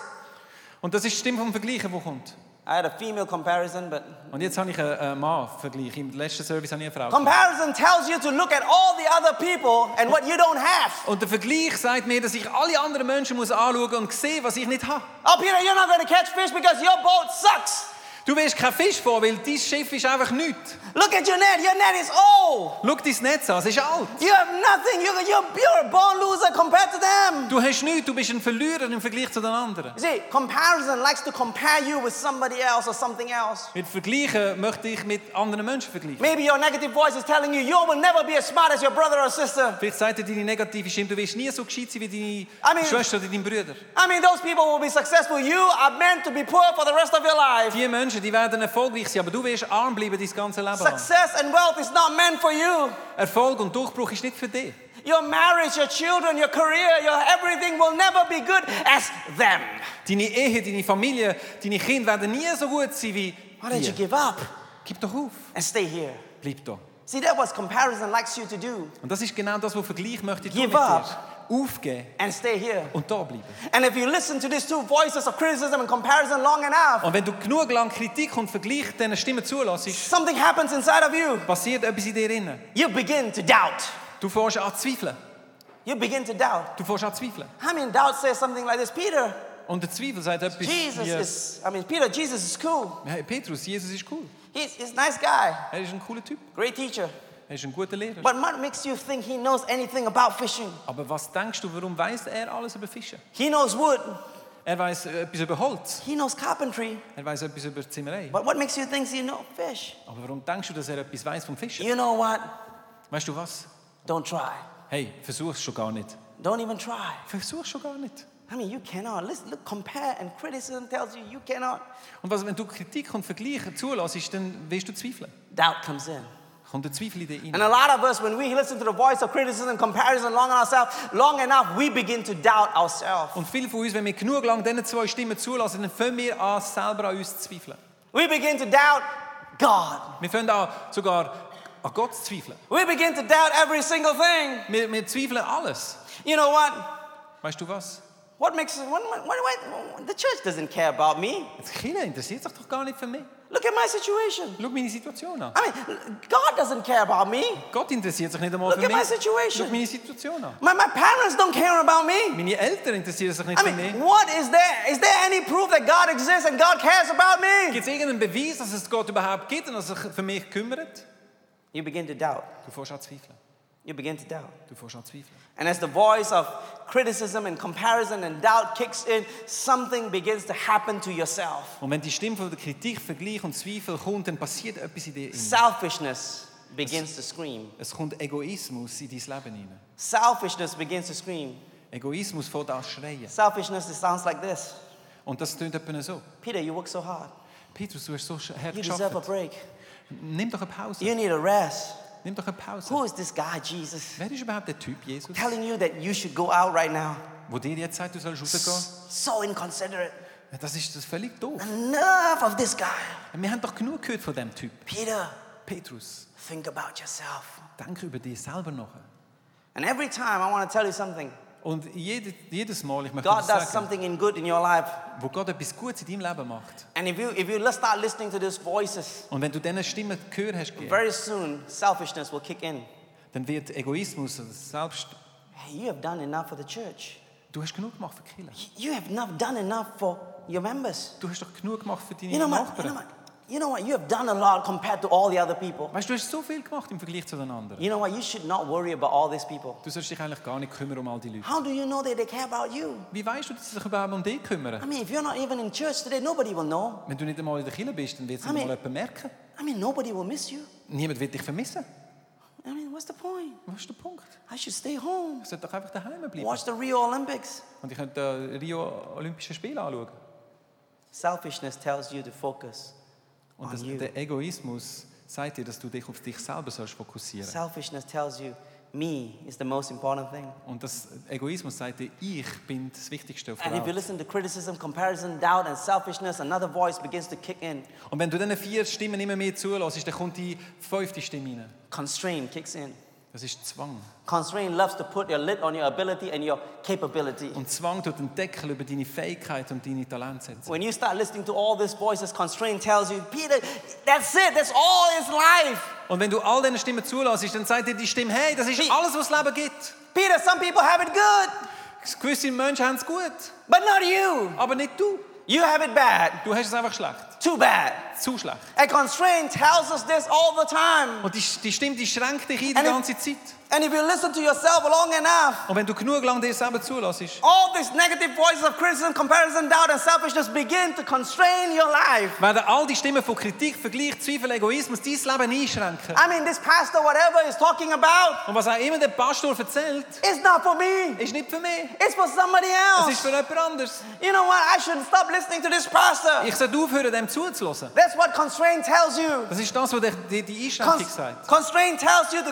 Speaker 2: Und das ist die Stimme vom Vergleichen, die kommt.
Speaker 1: I had a female comparison, but
Speaker 2: Und jetzt habe ich einen, einen Mann-Vergleich. Im letzten Service habe ich eine Frau.
Speaker 1: comparison tells you to look at all the other people and what you don't have.
Speaker 2: Und der Vergleich sagt mir, dass ich alle anderen Menschen muss anschauen und sehen, was ich nicht habe.
Speaker 1: Oh, Peter, you're not going to catch fish because your boat sucks.
Speaker 2: Du wirst kein Fisch vor, weil dein Schiff ist einfach nichts.
Speaker 1: Look at your net. Your net is old.
Speaker 2: Schau dein Netz an, es ist alt.
Speaker 1: You have nothing. You're, you're, you're a born loser compared to them.
Speaker 2: Du hast nichts, du bist ein Verlierer im Vergleich zu den anderen.
Speaker 1: You see, comparison likes to compare you with somebody else or something else.
Speaker 2: Mit Vergleichen möchte ich mit anderen Menschen vergleichen.
Speaker 1: Maybe your negative voice is telling you you will never be as smart as your brother or sister.
Speaker 2: Vielleicht sagt dir deine negative Stimme, du wirst nie so gescheit sein wie deine
Speaker 1: Amen.
Speaker 2: Schwester oder dein Bruder.
Speaker 1: I mean, those people will be successful. You are meant to be poor for the rest of your life.
Speaker 2: Die Menschen, die werden erfolgreich sein, aber du wirst arm bleiben dein ganze Leben lang.
Speaker 1: Success and wealth is not meant for you.
Speaker 2: Erfolg und Durchbruch ist nicht für dich.
Speaker 1: Your marriage, your children, your career, your everything will never be good as them.
Speaker 2: Deine Ehe, deine Familie, deine Kinder werden nie so gut sein wie
Speaker 1: Why don't you
Speaker 2: dir.
Speaker 1: give up
Speaker 2: Gib doch auf.
Speaker 1: and stay here?
Speaker 2: Bleib da.
Speaker 1: See, that was comparison likes you to do
Speaker 2: Und das ist genau das, was Vergleich möchte tun
Speaker 1: Give
Speaker 2: mit dir.
Speaker 1: up.
Speaker 2: Aufgeben
Speaker 1: and stay here.
Speaker 2: und da bleiben.
Speaker 1: And if you listen to these two voices of criticism and comparison long enough,
Speaker 2: Und wenn du genug lang Kritik und Vergleich deinen Stimmen zulässt,
Speaker 1: something happens inside of you.
Speaker 2: passiert etwas in dir drin.
Speaker 1: You begin to doubt.
Speaker 2: Du fährst an zu zweifeln.
Speaker 1: You begin to doubt.
Speaker 2: Du fährst an zu zweifeln.
Speaker 1: I mean, doubt says something like this Peter,
Speaker 2: Und der Zweifel sagt etwas
Speaker 1: Jesus
Speaker 2: wie,
Speaker 1: is, I mean, Peter, Jesus is cool.
Speaker 2: hey, Petrus, Jesus ist cool.
Speaker 1: He's, he's a nice guy,
Speaker 2: Er ist ein cooler Typ.
Speaker 1: great teacher.
Speaker 2: Er ist ein guter Lehrer.
Speaker 1: But what makes you think he knows anything about fishing?
Speaker 2: Aber was denkst du, warum weiß er alles über Fischen?
Speaker 1: He knows wood,
Speaker 2: Er weiß äh, etwas über Holz.
Speaker 1: he knows carpentry.
Speaker 2: Er weiß etwas über Zimmerei.
Speaker 1: But what makes you think he knows fish?
Speaker 2: Aber warum denkst du, dass er etwas weiß vom Fischen?
Speaker 1: You know what?
Speaker 2: Weißt du was?
Speaker 1: Don't try.
Speaker 2: Hey, versuch's schon gar nicht.
Speaker 1: Don't even try.
Speaker 2: Versuch's schon gar nicht.
Speaker 1: I mean, you cannot. Listen, look, compare and criticism tells you you cannot.
Speaker 2: Und was, wenn du Kritik und Vergleich zulässt, dann wirst du zweifeln.
Speaker 1: Doubt comes in.
Speaker 2: Kommt der Zweifel in dir rein.
Speaker 1: And a lot of us, when we listen to the voice of criticism, comparison long ourselves, long enough, we begin to doubt ourselves.
Speaker 2: Und viele von uns, wenn wir genug lang diesen zwei Stimmen zulassen, dann fangen wir an, selber an uns zu zweifeln.
Speaker 1: We begin to doubt God.
Speaker 2: Wir fangen an, sogar an Gott zu zweifeln.
Speaker 1: We begin to doubt every single thing.
Speaker 2: Wir, wir zweifeln alles.
Speaker 1: You know what?
Speaker 2: Weißt du was?
Speaker 1: What makes what, what, what, what- the church doesn't care about me?
Speaker 2: Die Kirche interessiert sich doch gar nicht für mich.
Speaker 1: Look at my situation.
Speaker 2: Schau meine Situation an.
Speaker 1: I mean, God doesn't care about me.
Speaker 2: Gott interessiert sich nicht einmal
Speaker 1: Look
Speaker 2: für
Speaker 1: at my
Speaker 2: mich. Schau
Speaker 1: situation.
Speaker 2: meine Situation an.
Speaker 1: My, my parents don't care about me.
Speaker 2: Meine Eltern interessieren sich nicht
Speaker 1: I
Speaker 2: für mich.
Speaker 1: mean, what is there? Is there any proof that God exists and God cares about me?
Speaker 2: Gibt es irgendeinen Beweis, dass es Gott überhaupt gibt und dass er sich für mich kümmert?
Speaker 1: You begin to doubt.
Speaker 2: Du fährst an zu zweifeln.
Speaker 1: You begin to doubt.
Speaker 2: Du fährst an zu zweifeln.
Speaker 1: And as the voice of criticism and comparison and doubt kicks in, something begins to happen to yourself.
Speaker 2: Und wenn die Stimme von der Kritik, Vergleich und Zweifel kommt, dann passiert etwas in dir.
Speaker 1: Selfishness begins to scream.
Speaker 2: Es kommt Egoismus in dein Leben hinein.
Speaker 1: Selfishness begins to scream.
Speaker 2: Egoismus fängt an zu schreien.
Speaker 1: Selfishness it sounds like this.
Speaker 2: Und das tönt etwa so.
Speaker 1: Peter, you work so hard.
Speaker 2: Petrus, du hast so sch- hart
Speaker 1: You deserve a
Speaker 2: geschafft.
Speaker 1: break.
Speaker 2: Nimm doch eine Pause.
Speaker 1: You need a rest.
Speaker 2: Nimm doch eine Pause.
Speaker 1: Who is this guy, Jesus?
Speaker 2: Wer ist überhaupt der Typ, Jesus,
Speaker 1: Telling you that you should go out right now.
Speaker 2: wo dir jetzt sagt, du sollst rausgehen?
Speaker 1: So inconsiderate.
Speaker 2: Das ist das völlig doof.
Speaker 1: Enough of this guy.
Speaker 2: Wir haben doch genug gehört von dem Typ.
Speaker 1: Peter,
Speaker 2: Petrus,
Speaker 1: think about yourself.
Speaker 2: denk über dich selber nach.
Speaker 1: And every time I want to tell you something.
Speaker 2: Und jede, jedes Mal, ich möchte
Speaker 1: God
Speaker 2: das
Speaker 1: does
Speaker 2: sagen,
Speaker 1: something in good in your life.
Speaker 2: wo Gott etwas Gutes in deinem Leben macht.
Speaker 1: And if you if you let's start listening to these voices,
Speaker 2: Und wenn du diesen Stimmen Gehör hast, gegeben,
Speaker 1: very soon selfishness will kick in.
Speaker 2: dann wird Egoismus oder selbst...
Speaker 1: Hey, you have done enough for the church.
Speaker 2: Du hast genug gemacht für die Kirche.
Speaker 1: You have not done enough for your members.
Speaker 2: Du hast doch genug gemacht für deine
Speaker 1: You know what? You know
Speaker 2: Nachbarn.
Speaker 1: what? You know what? You have done a lot compared to all the other people.
Speaker 2: Weißt du, du hast so viel gemacht im Vergleich zu den anderen.
Speaker 1: You know what? You should not worry about all these people.
Speaker 2: Du sollst dich eigentlich gar nicht kümmern um all die Leute.
Speaker 1: How do you know that they care about you?
Speaker 2: Wie weißt du, dass sie sich überhaupt um dich
Speaker 1: I
Speaker 2: kümmern?
Speaker 1: mean, if you're not even in church today, nobody will know.
Speaker 2: Wenn du nicht einmal in der Kirche bist, dann wird es
Speaker 1: Amen.
Speaker 2: einmal jemand merken.
Speaker 1: I mean, nobody will miss you.
Speaker 2: Niemand wird dich vermissen.
Speaker 1: I mean, what's the point?
Speaker 2: Was ist der Punkt?
Speaker 1: I should stay home,
Speaker 2: Ich sollte doch einfach daheim bleiben.
Speaker 1: watch the Rio Olympics.
Speaker 2: Und ich könnte äh, Rio Olympische Spiele anschauen.
Speaker 1: Selfishness tells you to focus
Speaker 2: Und das,
Speaker 1: on you.
Speaker 2: der Egoismus sagt dir, dass du dich auf dich selber sollst fokussieren
Speaker 1: Selfishness tells you, me is the most important thing.
Speaker 2: Und das Egoismus sagt dir, ich bin das Wichtigste auf der
Speaker 1: And if you
Speaker 2: Welt.
Speaker 1: listen to criticism, comparison, doubt, and selfishness, another voice begins to kick in.
Speaker 2: Und wenn du diesen vier Stimmen immer mehr zulässt, dann kommt die fünfte Stimme rein.
Speaker 1: Constraint kicks in.
Speaker 2: Das ist Zwang.
Speaker 1: Constraint loves to put your lid on your ability and your capability.
Speaker 2: Und Zwang tut den Deckel über deine Fähigkeit und deine Talente setzen.
Speaker 1: When you start listening to all these voices, constraint tells you, Peter, that's it, that's all is life.
Speaker 2: Und wenn du all diesen Stimmen zulässt, dann sagt dir die Stimme, hey, das ist
Speaker 1: Wie-
Speaker 2: alles, was das Leben gibt.
Speaker 1: Peter, some people have it good,
Speaker 2: Gewisse Menschen haben es gut,
Speaker 1: but not you.
Speaker 2: aber nicht du.
Speaker 1: You have it bad,
Speaker 2: Du hast es einfach schlecht.
Speaker 1: too bad.
Speaker 2: Zu schlecht.
Speaker 1: And constraint tells us this all the time.
Speaker 2: Und die, die Stimme die schränkt dich ein die
Speaker 1: Eine-
Speaker 2: ganze Zeit.
Speaker 1: And if you listen to yourself long enough,
Speaker 2: Und wenn du genug lang dir selber zulässt,
Speaker 1: All these negative voices of criticism, comparison, doubt, and selfishness begin to constrain your life.
Speaker 2: werden all die Stimmen von Kritik, Vergleich, Zweifel, Egoismus dein Leben einschränken.
Speaker 1: I mean, this pastor, whatever is talking about,
Speaker 2: Und was auch immer der Pastor erzählt,
Speaker 1: it's not for me.
Speaker 2: ist nicht für mich.
Speaker 1: It's for somebody
Speaker 2: Es ist
Speaker 1: else.
Speaker 2: für jemand anderes.
Speaker 1: You know what? I should stop listening to this pastor.
Speaker 2: Ich sollte aufhören, dem zuzuhören.
Speaker 1: That's what constraint tells you.
Speaker 2: Das ist das, was dir die, die Einschränkung
Speaker 1: Cons-
Speaker 2: sagt.
Speaker 1: constraint tells you to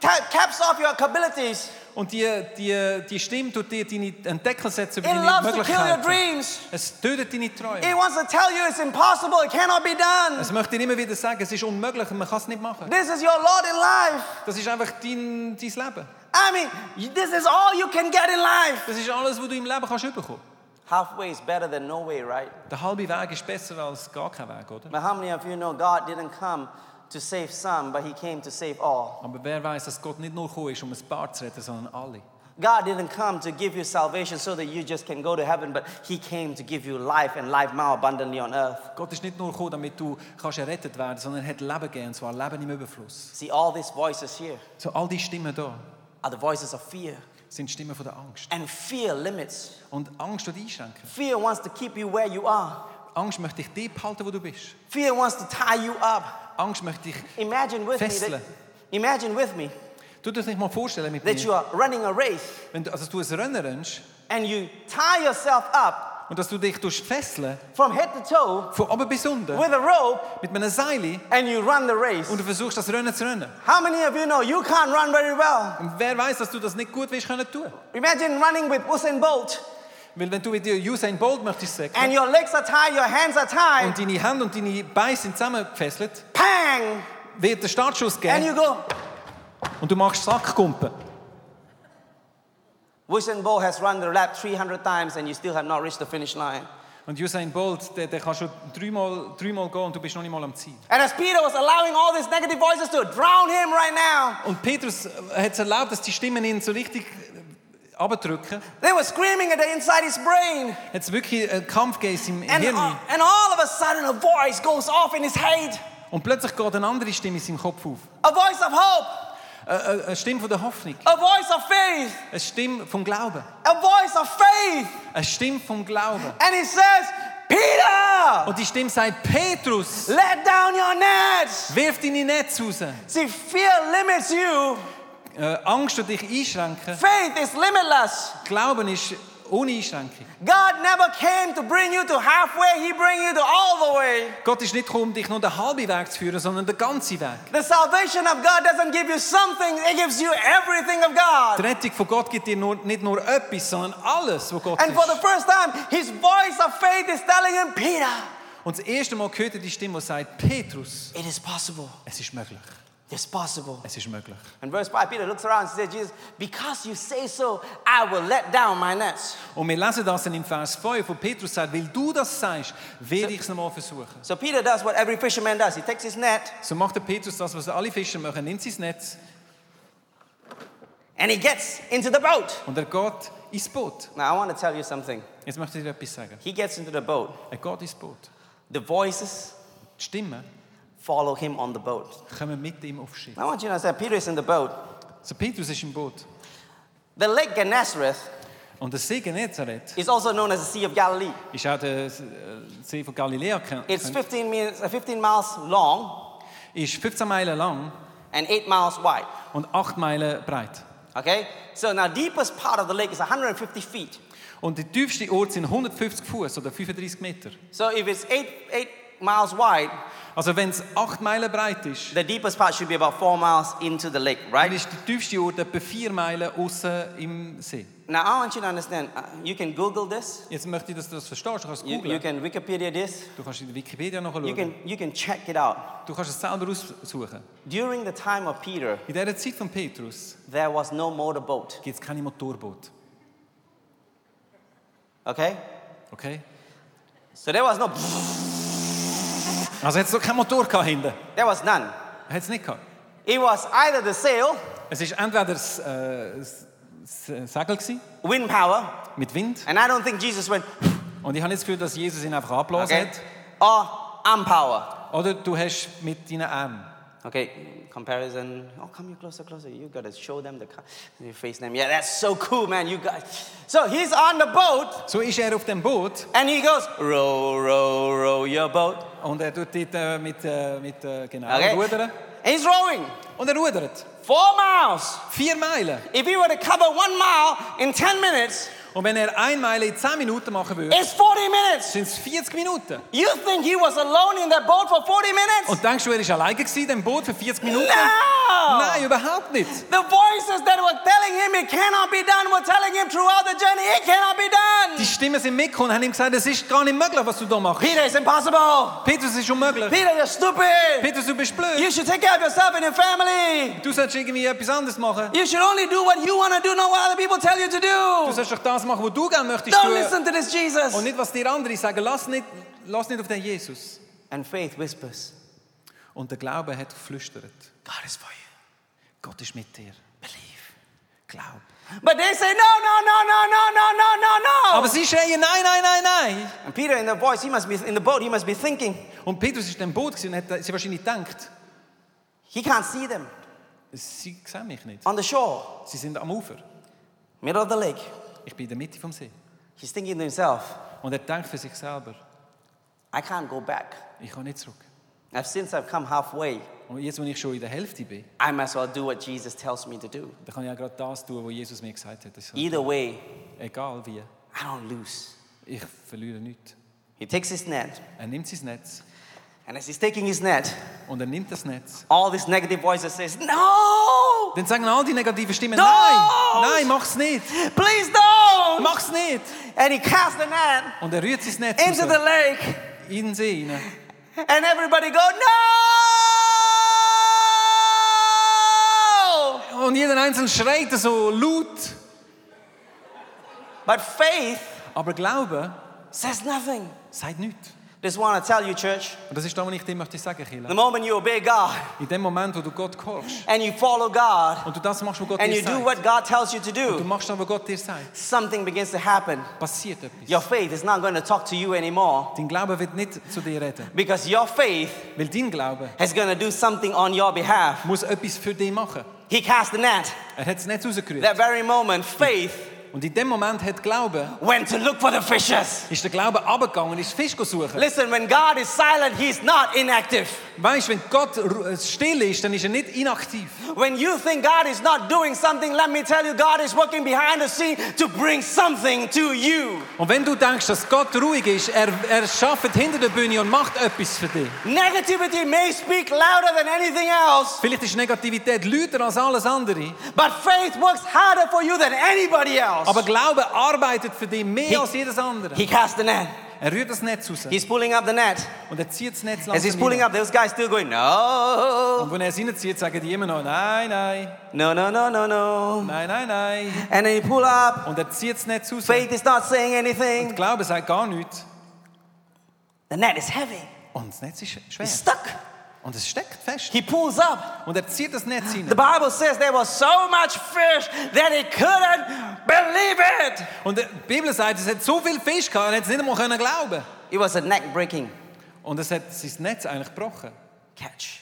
Speaker 1: ta- caps off your capabilities.
Speaker 2: Und die, die, die Stimme tut dir deine, einen Deckel setzen über
Speaker 1: It
Speaker 2: deine
Speaker 1: loves to kill your
Speaker 2: Möglichkeiten.
Speaker 1: dreams.
Speaker 2: Es tötet deine Träume.
Speaker 1: It wants to tell you it's impossible. It cannot be done.
Speaker 2: Es möchte dir immer wieder sagen, es ist unmöglich, man kann es nicht machen.
Speaker 1: This is your lot in life.
Speaker 2: Das ist einfach dein, dein Leben.
Speaker 1: I mean, this is all you can get in life.
Speaker 2: Das ist alles, was du im Leben kannst bekommen.
Speaker 1: Halfway is better than no way, right?
Speaker 2: Der halbe Weg ist besser als gar kein Weg, oder?
Speaker 1: But how many of you know God didn't come to save some, but He came to save all?
Speaker 2: Aber wer weiß, dass Gott nicht nur gekommen ist, um ein paar zu retten, sondern alle.
Speaker 1: God didn't come to give you salvation so that you just can go to heaven, but He came to give you life and life more abundantly on earth.
Speaker 2: Gott ist nicht nur gekommen, damit du kannst errettet werden, sondern er hat Leben gegeben, und zwar Leben im Überfluss.
Speaker 1: See, all these voices here
Speaker 2: So all die Stimmen da
Speaker 1: are the voices of fear.
Speaker 2: sind Stimmen von der Angst.
Speaker 1: And fear limits.
Speaker 2: Und Angst wird einschränken.
Speaker 1: Fear wants to keep you where you are,
Speaker 2: Angst möchte dich dort behalten, wo du bist.
Speaker 1: fear wants to tie you up.
Speaker 2: Angst möchte dich...
Speaker 1: Imagine with me
Speaker 2: Fesselen.
Speaker 1: that. Imagine with me
Speaker 2: Du dir das nicht mal vorstellen mit
Speaker 1: that you
Speaker 2: mir.
Speaker 1: are running a race
Speaker 2: Wenn du, also dass du ein Rennen rennst
Speaker 1: and you tie yourself up
Speaker 2: und dass du dich durch fesseln,
Speaker 1: from head to toe
Speaker 2: von oben bis unten,
Speaker 1: with a rope
Speaker 2: mit einem Seil
Speaker 1: and you run the race.
Speaker 2: und du versuchst, das Rennen zu rennen.
Speaker 1: How many of you know you can't run very well?
Speaker 2: Und wer weiß, dass du das nicht gut wirst können tun.
Speaker 1: Imagine running with Usain Bolt
Speaker 2: Weil wenn du mit dir Usain Bolt möchtest
Speaker 1: and
Speaker 2: säckeln
Speaker 1: your legs are tied, your hands are tied,
Speaker 2: und deine Hände und deine Beine sind zusammengefesselt,
Speaker 1: pang,
Speaker 2: wird der Startschuss
Speaker 1: and
Speaker 2: geben
Speaker 1: you go,
Speaker 2: und du machst Sackkumpen.
Speaker 1: Usain Bolt has run the lap 300 times and you still have not reached the finish line.
Speaker 2: Und Usain Bolt, der, der kann schon dreimal, dreimal gehen und du bist noch nicht mal am Ziel.
Speaker 1: And as Peter was allowing all these negative voices to drown him right now,
Speaker 2: Und Petrus hat es erlaubt, dass die Stimmen ihn so richtig äh, abdrücken.
Speaker 1: they were screaming at the inside his brain.
Speaker 2: Hat es wirklich einen Kampf gegeben im
Speaker 1: And, uh,
Speaker 2: Hirn.
Speaker 1: and all of a sudden, a voice goes off in his head
Speaker 2: Und plötzlich geht eine andere Stimme in seinem Kopf auf.
Speaker 1: a voice of hope,
Speaker 2: Äh, äh, Eine Stimme von der Hoffnung.
Speaker 1: a voice of faith,
Speaker 2: Eine Stimme vom Glauben.
Speaker 1: a voice of faith.
Speaker 2: Eine Stimme vom Glauben.
Speaker 1: And he says, Peter,
Speaker 2: Und die Stimme sagt, Petrus,
Speaker 1: let down your nets.
Speaker 2: wirf deine Netze raus. Äh,
Speaker 1: See, fear limits you,
Speaker 2: Angst tut dich einschränken.
Speaker 1: faith is limitless.
Speaker 2: Glauben ist ohne Einschränkung.
Speaker 1: God never came to bring you to halfway, He bring you to all the way.
Speaker 2: Gott ist nicht gekommen, um dich nur den halben Weg zu führen, sondern den ganzen Weg.
Speaker 1: The salvation of God doesn't give you something, it gives you everything of
Speaker 2: Die
Speaker 1: God.
Speaker 2: Rettung von Gott gibt dir nur, nicht nur etwas, sondern alles, was Gott
Speaker 1: And for
Speaker 2: ist.
Speaker 1: the first time, his voice of faith is telling him, Peter,
Speaker 2: Und das erste Mal hört er die Stimme, die sagt, Petrus,
Speaker 1: it is possible.
Speaker 2: es ist möglich,
Speaker 1: It's possible.
Speaker 2: es ist möglich.
Speaker 1: And verse 5, Peter looks around and says, Jesus, because you say so, I will let down my nets.
Speaker 2: Und wir lesen das dann im Vers 5, wo Petrus sagt, weil du das sagst, werde ich es nochmal versuchen.
Speaker 1: So Peter does what every fisherman does. He takes his net
Speaker 2: So macht der Petrus das, was alle Fischer machen, nimmt sein Netz
Speaker 1: and he gets into the boat.
Speaker 2: und er geht ins Boot.
Speaker 1: Now I want to tell you something.
Speaker 2: Jetzt möchte ich dir etwas sagen.
Speaker 1: He gets into the boat.
Speaker 2: Er geht ins Boot.
Speaker 1: The voices
Speaker 2: Die Stimmen
Speaker 1: follow him on the boat.
Speaker 2: kommen mit ihm aufs Schiff.
Speaker 1: I want you to understand Peter is in the boat.
Speaker 2: So Petrus ist im Boot.
Speaker 1: The Lake Gennesareth
Speaker 2: Und der See Genezareth
Speaker 1: is also known as the Sea of Galilee.
Speaker 2: ist auch der äh, See von Galiläa, kennt-
Speaker 1: It's 15, minutes, uh, 15 miles long
Speaker 2: ist 15 Meilen lang
Speaker 1: and 8 miles wide.
Speaker 2: und 8 Meilen breit.
Speaker 1: Okay? So now deepest part of the lake is 150 feet.
Speaker 2: Und der tiefste Ort sind 150 Fuß oder 35 Meter.
Speaker 1: So if it's 8, eight miles wide,
Speaker 2: Also wenn es 8 Meilen breit ist,
Speaker 1: the deepest part should be about 4 miles into the lake,
Speaker 2: dann
Speaker 1: right?
Speaker 2: ist der tiefste Ort etwa 4 Meilen außen im See.
Speaker 1: Now I want you to understand, uh, you can Google this.
Speaker 2: Jetzt möchte ich, dass du das verstehst. Du kannst
Speaker 1: You, you
Speaker 2: googeln.
Speaker 1: can Wikipedia this.
Speaker 2: Du kannst in der Wikipedia
Speaker 1: You
Speaker 2: nachschauen.
Speaker 1: can, you can check it out.
Speaker 2: Du kannst es selber aussuchen.
Speaker 1: During the time of Peter,
Speaker 2: In dieser Zeit von Petrus
Speaker 1: there was no motorboat,
Speaker 2: gibt es keine Motorboot.
Speaker 1: okay?
Speaker 2: Okay?
Speaker 1: So there was no,
Speaker 2: Also hat es noch keinen Motor gehabt hinten.
Speaker 1: there was none.
Speaker 2: Hat es nicht gehabt.
Speaker 1: It was either the sail,
Speaker 2: Es war entweder das, äh, das das Segel gewesen,
Speaker 1: wind power,
Speaker 2: mit Wind.
Speaker 1: and I don't think Jesus went,
Speaker 2: Und ich habe jetzt das Gefühl, dass Jesus ihn einfach abgelassen
Speaker 1: okay? Or arm power.
Speaker 2: hat. Oder du hast mit deinen Armen.
Speaker 1: Okay, comparison. Oh, come here closer, closer. You gotta show them the ca- your face name. Yeah, that's so cool, man. You guys. So he's on the boat
Speaker 2: So ist er auf dem Boot
Speaker 1: and he goes, row, row, row your boat.
Speaker 2: und er tut dort äh, mit, äh, mit äh, genau,
Speaker 1: Okay?
Speaker 2: rudern.
Speaker 1: And he's rowing
Speaker 2: Und er rudert.
Speaker 1: four miles.
Speaker 2: Vier Meilen.
Speaker 1: If he were to cover one mile in 10 minutes,
Speaker 2: Und wenn er eine Meile in 10 Minuten machen würde,
Speaker 1: it's 40 minutes.
Speaker 2: sind es 40 Minuten.
Speaker 1: You think he was alone in that boat for 40 minutes?
Speaker 2: Und denkst du, er war alleine gewesen, im Boot für 40 Minuten? Nein,
Speaker 1: No!
Speaker 2: überhaupt nicht.
Speaker 1: The voices that were telling him it cannot be done were telling him throughout the journey it cannot be
Speaker 2: Die
Speaker 1: done.
Speaker 2: Stimmen sind mitgekommen und haben ihm gesagt, es ist gar nicht möglich, was du da machst.
Speaker 1: Peter, it's impossible.
Speaker 2: Petrus, es ist unmöglich.
Speaker 1: Peter, you're stupid.
Speaker 2: Petrus, du bist blöd.
Speaker 1: You should take care of yourself and your family.
Speaker 2: Du sollst irgendwie etwas anderes machen.
Speaker 1: You should only do what you want to do, not what other people tell you to
Speaker 2: Du
Speaker 1: do.
Speaker 2: sollst doch das machen, was du gerne möchtest
Speaker 1: Don't
Speaker 2: tun.
Speaker 1: listen to this Jesus.
Speaker 2: Und nicht, was dir andere sagen. Lass nicht, lass nicht auf den Jesus.
Speaker 1: And faith whispers,
Speaker 2: Und der Glaube hat geflüstert.
Speaker 1: God is for you.
Speaker 2: Gott ist mit dir.
Speaker 1: Believe.
Speaker 2: Glaub.
Speaker 1: But they say, no, no, no, no, no, no, no, no,
Speaker 2: Aber
Speaker 1: no.
Speaker 2: sie schreien, nein, nein, nein, nein.
Speaker 1: And Peter in the voice, he must be in the boat, he must be thinking.
Speaker 2: Und Petrus ist im Boot gewesen und hat sie wahrscheinlich gedacht,
Speaker 1: He can't see them
Speaker 2: sie sehen mich nicht.
Speaker 1: on the shore,
Speaker 2: Sie sind am Ufer.
Speaker 1: middle of the lake.
Speaker 2: Ich bin in der Mitte vom See.
Speaker 1: He's thinking to himself,
Speaker 2: Und er denkt für sich selber,
Speaker 1: I can't go back.
Speaker 2: ich kann nicht zurück.
Speaker 1: I've, since I've come halfway,
Speaker 2: Und jetzt, wo ich schon in der Hälfte bin,
Speaker 1: I might as well do what Jesus tells me to do.
Speaker 2: dann kann ich auch gerade das tun, was Jesus mir gesagt hat. Das ist
Speaker 1: Either way,
Speaker 2: egal wie,
Speaker 1: I don't lose.
Speaker 2: ich verliere nichts.
Speaker 1: He takes his net,
Speaker 2: Er nimmt sein Netz
Speaker 1: and as he's taking his net,
Speaker 2: und er nimmt das Netz.
Speaker 1: all these negative voices says, "No!
Speaker 2: Dann sagen all die negativen Stimmen,
Speaker 1: Don't!
Speaker 2: nein, nein, mach's nicht,
Speaker 1: Please don't!"
Speaker 2: mach's nicht.
Speaker 1: And he casts the net
Speaker 2: Und er rührt sein Netz
Speaker 1: into the
Speaker 2: raus,
Speaker 1: lake,
Speaker 2: in den See rein.
Speaker 1: and everybody go, "No!"
Speaker 2: Und jeder Einzelne schreit so laut.
Speaker 1: But faith
Speaker 2: Aber Glaube
Speaker 1: says nothing.
Speaker 2: sagt nichts.
Speaker 1: Just want to tell you, church,
Speaker 2: Und das ist das, was ich dir möchte sagen,
Speaker 1: the
Speaker 2: Kille.
Speaker 1: moment you obey God
Speaker 2: In dem Moment, wo du Gott gehorchst
Speaker 1: and you follow God
Speaker 2: und du das machst, was Gott
Speaker 1: and
Speaker 2: dir
Speaker 1: you do
Speaker 2: sagt,
Speaker 1: what God tells you to
Speaker 2: du
Speaker 1: do,
Speaker 2: machst das, was Gott dir sagt,
Speaker 1: something begins to happen.
Speaker 2: passiert etwas.
Speaker 1: Your faith is not going to talk to you anymore
Speaker 2: Dein Glaube wird nicht zu dir reden,
Speaker 1: because your faith
Speaker 2: weil dein Glaube
Speaker 1: is going to do something on your behalf.
Speaker 2: muss etwas für dich machen.
Speaker 1: He cast the net.
Speaker 2: Er hat es nicht rausgerührt.
Speaker 1: That very moment, faith
Speaker 2: Und in dem Moment hat Glaube,
Speaker 1: went to look for the fishes.
Speaker 2: ist der Glaube abgegangen, ist Fisch suchen.
Speaker 1: Listen, when God is silent, He's not inactive.
Speaker 2: Weißt, wenn Gott ru- äh, still ist, dann ist er nicht inaktiv.
Speaker 1: When you think God is not doing something, let me tell you, God is working behind the scene to bring something to you.
Speaker 2: Und wenn du denkst, dass Gott ruhig ist, er, er schafft hinter der Bühne und macht etwas für dich.
Speaker 1: Negativity may speak louder than anything else,
Speaker 2: Vielleicht ist Negativität lauter als alles andere,
Speaker 1: but faith works harder for you than anybody
Speaker 2: aber
Speaker 1: else.
Speaker 2: Glaube arbeitet für dich mehr
Speaker 1: He-
Speaker 2: als jedes andere.
Speaker 1: He cast the net.
Speaker 2: Er rührt das Netz raus
Speaker 1: He's pulling up the net.
Speaker 2: und er zieht das Netz
Speaker 1: As he's
Speaker 2: langsam
Speaker 1: pulling
Speaker 2: rein.
Speaker 1: up, those guys still going, no,
Speaker 2: Und wenn er es reinzieht, sagen die immer noch, nein, nein,
Speaker 1: no, no, no, no, no.
Speaker 2: nein, nein, nein.
Speaker 1: And then you pull up.
Speaker 2: Und er zieht das Netz raus.
Speaker 1: Faith is not saying anything.
Speaker 2: Glaube sagt gar nichts.
Speaker 1: The net is heavy.
Speaker 2: Und das Netz ist schwer.
Speaker 1: It's stuck.
Speaker 2: Und es steckt fest.
Speaker 1: He pulls up.
Speaker 2: Und er zieht das Netz
Speaker 1: The
Speaker 2: hinein.
Speaker 1: Bible says there was so much fish that he couldn't believe it.
Speaker 2: Und die Bibel sagt, es hat so viel Fisch gehabt, er hat es nicht einmal können glauben.
Speaker 1: It was a neck breaking
Speaker 2: Und es hat sein Netz eigentlich gebrochen.
Speaker 1: catch.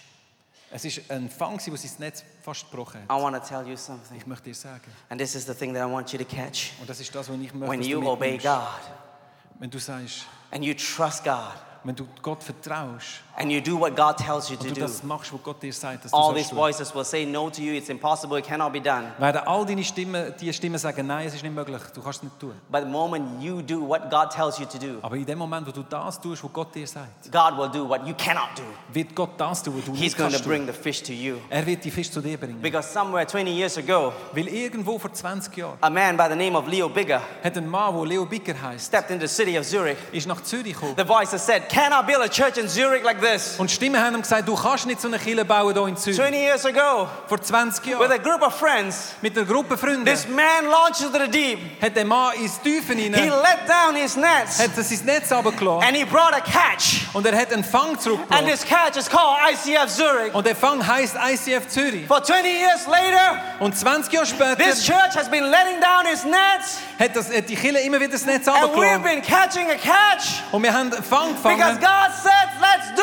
Speaker 2: Es ist ein Fang, der sein Netz fast gebrochen hat.
Speaker 1: I want to tell you something,
Speaker 2: Ich möchte dir sagen,
Speaker 1: and this is the thing that I want you to catch.
Speaker 2: und das ist das, was ich möchte,
Speaker 1: When
Speaker 2: dass du
Speaker 1: you obey
Speaker 2: mitnimmst.
Speaker 1: God
Speaker 2: wenn du sagst,
Speaker 1: and you trust God
Speaker 2: wenn du Gott vertraust
Speaker 1: and you do what God tells you
Speaker 2: und
Speaker 1: to do,
Speaker 2: du das machst, was Gott dir sagt, dass
Speaker 1: all
Speaker 2: du
Speaker 1: these
Speaker 2: sollst tun.
Speaker 1: voices will say no to you, it's impossible, it cannot be done.
Speaker 2: Werden all deine Stimmen, die Stimmen sagen, nein, es ist nicht möglich, du kannst es nicht tun.
Speaker 1: But the moment you do what God tells you to do,
Speaker 2: Aber in dem Moment, wo du das tust, was Gott dir sagt,
Speaker 1: God will do what you cannot do.
Speaker 2: wird Gott das tun, was du
Speaker 1: He's
Speaker 2: nicht
Speaker 1: going to
Speaker 2: kannst tun.
Speaker 1: bring the fish to you.
Speaker 2: Er wird die Fisch zu dir bringen.
Speaker 1: Because somewhere 20 years ago,
Speaker 2: Weil irgendwo vor 20 Jahren
Speaker 1: a man by the name of Leo Bigger
Speaker 2: hat ein Mann, der Leo Bicker heißt,
Speaker 1: stepped into the city of Zurich.
Speaker 2: ist nach Zürich gekommen.
Speaker 1: The voices said, Can I build a church in Zurich like this?
Speaker 2: Und die Stimmen haben ihm gesagt, du kannst nicht so eine Kirche bauen hier in Zürich.
Speaker 1: 20 years ago,
Speaker 2: Vor 20
Speaker 1: with
Speaker 2: Jahren,
Speaker 1: a group of friends,
Speaker 2: mit einer Gruppe Freunde,
Speaker 1: this man launched into the deep.
Speaker 2: hat der Mann ins Tiefen
Speaker 1: He
Speaker 2: hinein,
Speaker 1: let down his nets
Speaker 2: hat er sein Netz runtergelassen
Speaker 1: and he brought a catch.
Speaker 2: und er hat einen Fang
Speaker 1: And
Speaker 2: zurückgebracht.
Speaker 1: this catch is called ICF Zurich.
Speaker 2: Und der Fang heißt ICF Zürich.
Speaker 1: For 20 years later,
Speaker 2: Und 20 Jahre später
Speaker 1: this church has been letting down its nets
Speaker 2: hat, das, hat die Kirche immer wieder das Netz
Speaker 1: and we've
Speaker 2: runtergelassen.
Speaker 1: been catching a catch
Speaker 2: Und wir haben einen Fang
Speaker 1: because
Speaker 2: gefangen,
Speaker 1: God said, Let's do it.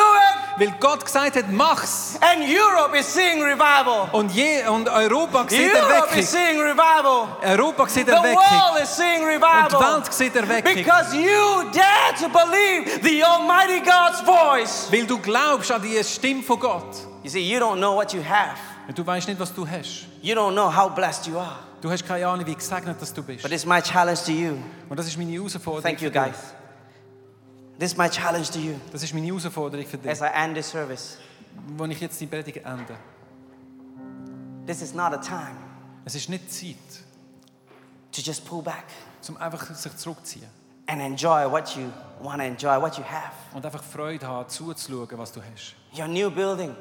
Speaker 2: weil Gott gesagt hat, mach's.
Speaker 1: And Europe is seeing revival.
Speaker 2: Und, je, und Europa sieht
Speaker 1: Europe is
Speaker 2: Erweckung.
Speaker 1: seeing revival.
Speaker 2: Europa sieht
Speaker 1: The
Speaker 2: Erweckung.
Speaker 1: world is seeing
Speaker 2: Und die
Speaker 1: revival.
Speaker 2: Welt sieht Erweckung.
Speaker 1: Because you dare to believe the Almighty God's voice.
Speaker 2: Weil du glaubst an die Stimme von Gott.
Speaker 1: You see, you don't know what you have.
Speaker 2: Und du weißt nicht, was du hast.
Speaker 1: You don't know how blessed you are.
Speaker 2: Du hast keine Ahnung, wie gesegnet dass du bist.
Speaker 1: But it's my challenge to you.
Speaker 2: Und das ist meine Herausforderung.
Speaker 1: Thank you,
Speaker 2: für dich.
Speaker 1: guys. This is my challenge to you.
Speaker 2: Das ist meine Herausforderung für dich,
Speaker 1: As I end this service,
Speaker 2: wenn ich jetzt die Predigt ende.
Speaker 1: this is not a time
Speaker 2: Es ist nicht Zeit,
Speaker 1: to just pull back
Speaker 2: um einfach sich zurückzuziehen
Speaker 1: and enjoy what you want to enjoy, what you have.
Speaker 2: und einfach Freude haben, zuzuschauen, was du hast.
Speaker 1: Your new building,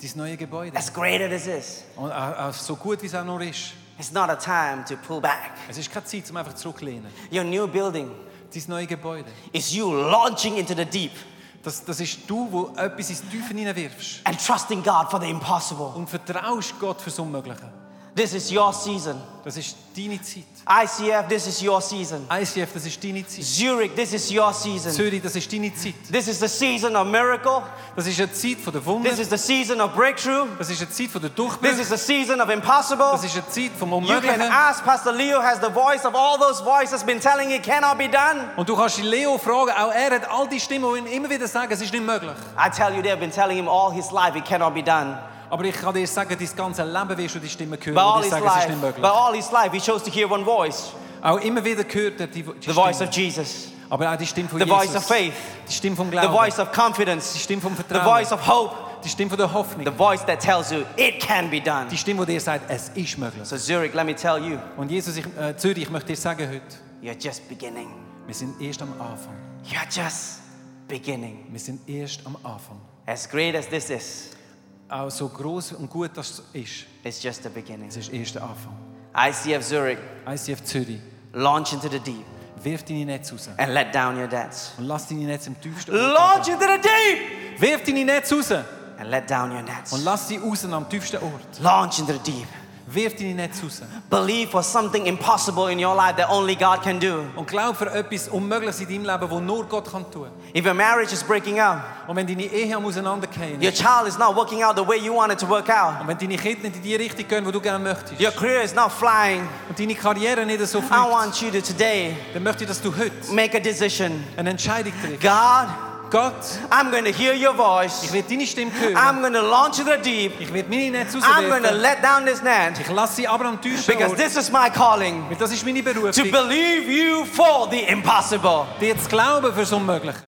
Speaker 2: Dein neue Gebäude.
Speaker 1: as great as it is,
Speaker 2: Und auch, auch so gut, wie es auch noch ist.
Speaker 1: it's not a time to pull back.
Speaker 2: Es ist keine Zeit, um einfach zurückzulehnen.
Speaker 1: Your new building
Speaker 2: Dein neue Gebäude.
Speaker 1: is you launching into the deep
Speaker 2: Das, das ist du, wo etwas ins Tiefe hineinwirfst.
Speaker 1: and trusting God for the impossible.
Speaker 2: Und vertraust Gott fürs Unmögliche.
Speaker 1: This is your season.
Speaker 2: Das ist deine Zeit.
Speaker 1: ICF, this is your season.
Speaker 2: ICF, das ist deine Zeit.
Speaker 1: Zurich, this is your season.
Speaker 2: Zürich, das ist deine Zeit.
Speaker 1: This is the season of miracle.
Speaker 2: Das ist eine Zeit von der Wunder.
Speaker 1: This is the season of breakthrough.
Speaker 2: Das ist eine Zeit von der
Speaker 1: This
Speaker 2: Durchbrüche.
Speaker 1: is the season of impossible.
Speaker 2: Das ist eine Zeit vom
Speaker 1: You can
Speaker 2: Unmöglichen.
Speaker 1: ask Pastor Leo has the voice of all those voices been telling it cannot be done.
Speaker 2: Und du kannst Leo fragen, auch er hat all die Stimmen, die ihm immer wieder sagen, es ist nicht möglich.
Speaker 1: I tell you, they've been telling him all his life it cannot be done.
Speaker 2: Aber ich kann dir sagen, dein ganze Leben wirst du die Stimmen hören,
Speaker 1: But all
Speaker 2: die dir
Speaker 1: his
Speaker 2: sagen, es ist nicht
Speaker 1: life,
Speaker 2: möglich.
Speaker 1: but all his life, he chose to hear one voice:
Speaker 2: Auch immer wieder gehört er die, die
Speaker 1: the voice
Speaker 2: Stimme.
Speaker 1: of Jesus,
Speaker 2: Aber auch die Stimme von
Speaker 1: the
Speaker 2: Jesus.
Speaker 1: voice of faith,
Speaker 2: Die Stimme vom
Speaker 1: the
Speaker 2: Glauben.
Speaker 1: voice of
Speaker 2: die
Speaker 1: confidence,
Speaker 2: Stimme vom
Speaker 1: the
Speaker 2: Vertrauen.
Speaker 1: voice of hope,
Speaker 2: die Stimme von der Hoffnung.
Speaker 1: the voice that tells you it can be done.
Speaker 2: die Stimme, die dir sagt, es ist möglich.
Speaker 1: So Zurich, let me tell you,
Speaker 2: Und Jesus, ich, äh, Zürich, ich möchte dir sagen heute,
Speaker 1: you're just beginning.
Speaker 2: wir sind erst am Anfang.
Speaker 1: You're just beginning.
Speaker 2: Wir sind erst am Anfang.
Speaker 1: As great as this is,
Speaker 2: Auch so groß und gut das ist,
Speaker 1: it's just the beginning.
Speaker 2: es ist erst der Anfang.
Speaker 1: ICF Zurich,
Speaker 2: ICF Zürich,
Speaker 1: Launch into the deep
Speaker 2: Wirf deine Netze raus.
Speaker 1: and let down your nets.
Speaker 2: Und lass deine Netze im tiefsten
Speaker 1: Launch into the deep
Speaker 2: Ort. Wirf deine Netze raus. Und
Speaker 1: and let down your nets.
Speaker 2: lass sie raus am tiefsten Ort.
Speaker 1: Launch into the deep.
Speaker 2: Wirf deine Netze raus.
Speaker 1: Believe for something impossible in your life that only God can do.
Speaker 2: Und glaub für etwas Unmögliches in deinem Leben, das nur Gott kann tun.
Speaker 1: If your marriage is breaking up,
Speaker 2: Und wenn deine Ehe am Auseinandergehen
Speaker 1: your
Speaker 2: ist,
Speaker 1: child is not working out the way you want it to work out,
Speaker 2: und wenn deine Kinder nicht in die Richtung gehen, die du gerne möchtest,
Speaker 1: your career is not flying,
Speaker 2: und deine Karriere nicht so
Speaker 1: I
Speaker 2: fliegt,
Speaker 1: want you to today
Speaker 2: dann möchte ich, dass du heute
Speaker 1: make a decision.
Speaker 2: eine Entscheidung triffst.
Speaker 1: God,
Speaker 2: Gott,
Speaker 1: I'm going to hear your
Speaker 2: ich
Speaker 1: voice.
Speaker 2: werde deine Stimme hören.
Speaker 1: I'm going to launch into the deep.
Speaker 2: Ich werde meine Netze
Speaker 1: I'm going to
Speaker 2: rauswerfen.
Speaker 1: let down this net
Speaker 2: Ich lasse sie aber am tiefsten
Speaker 1: because
Speaker 2: Ort.
Speaker 1: this is my calling
Speaker 2: Weil das ist meine
Speaker 1: to
Speaker 2: Berufung.
Speaker 1: believe you for the impossible.
Speaker 2: Dir zu glauben fürs Unmögliche.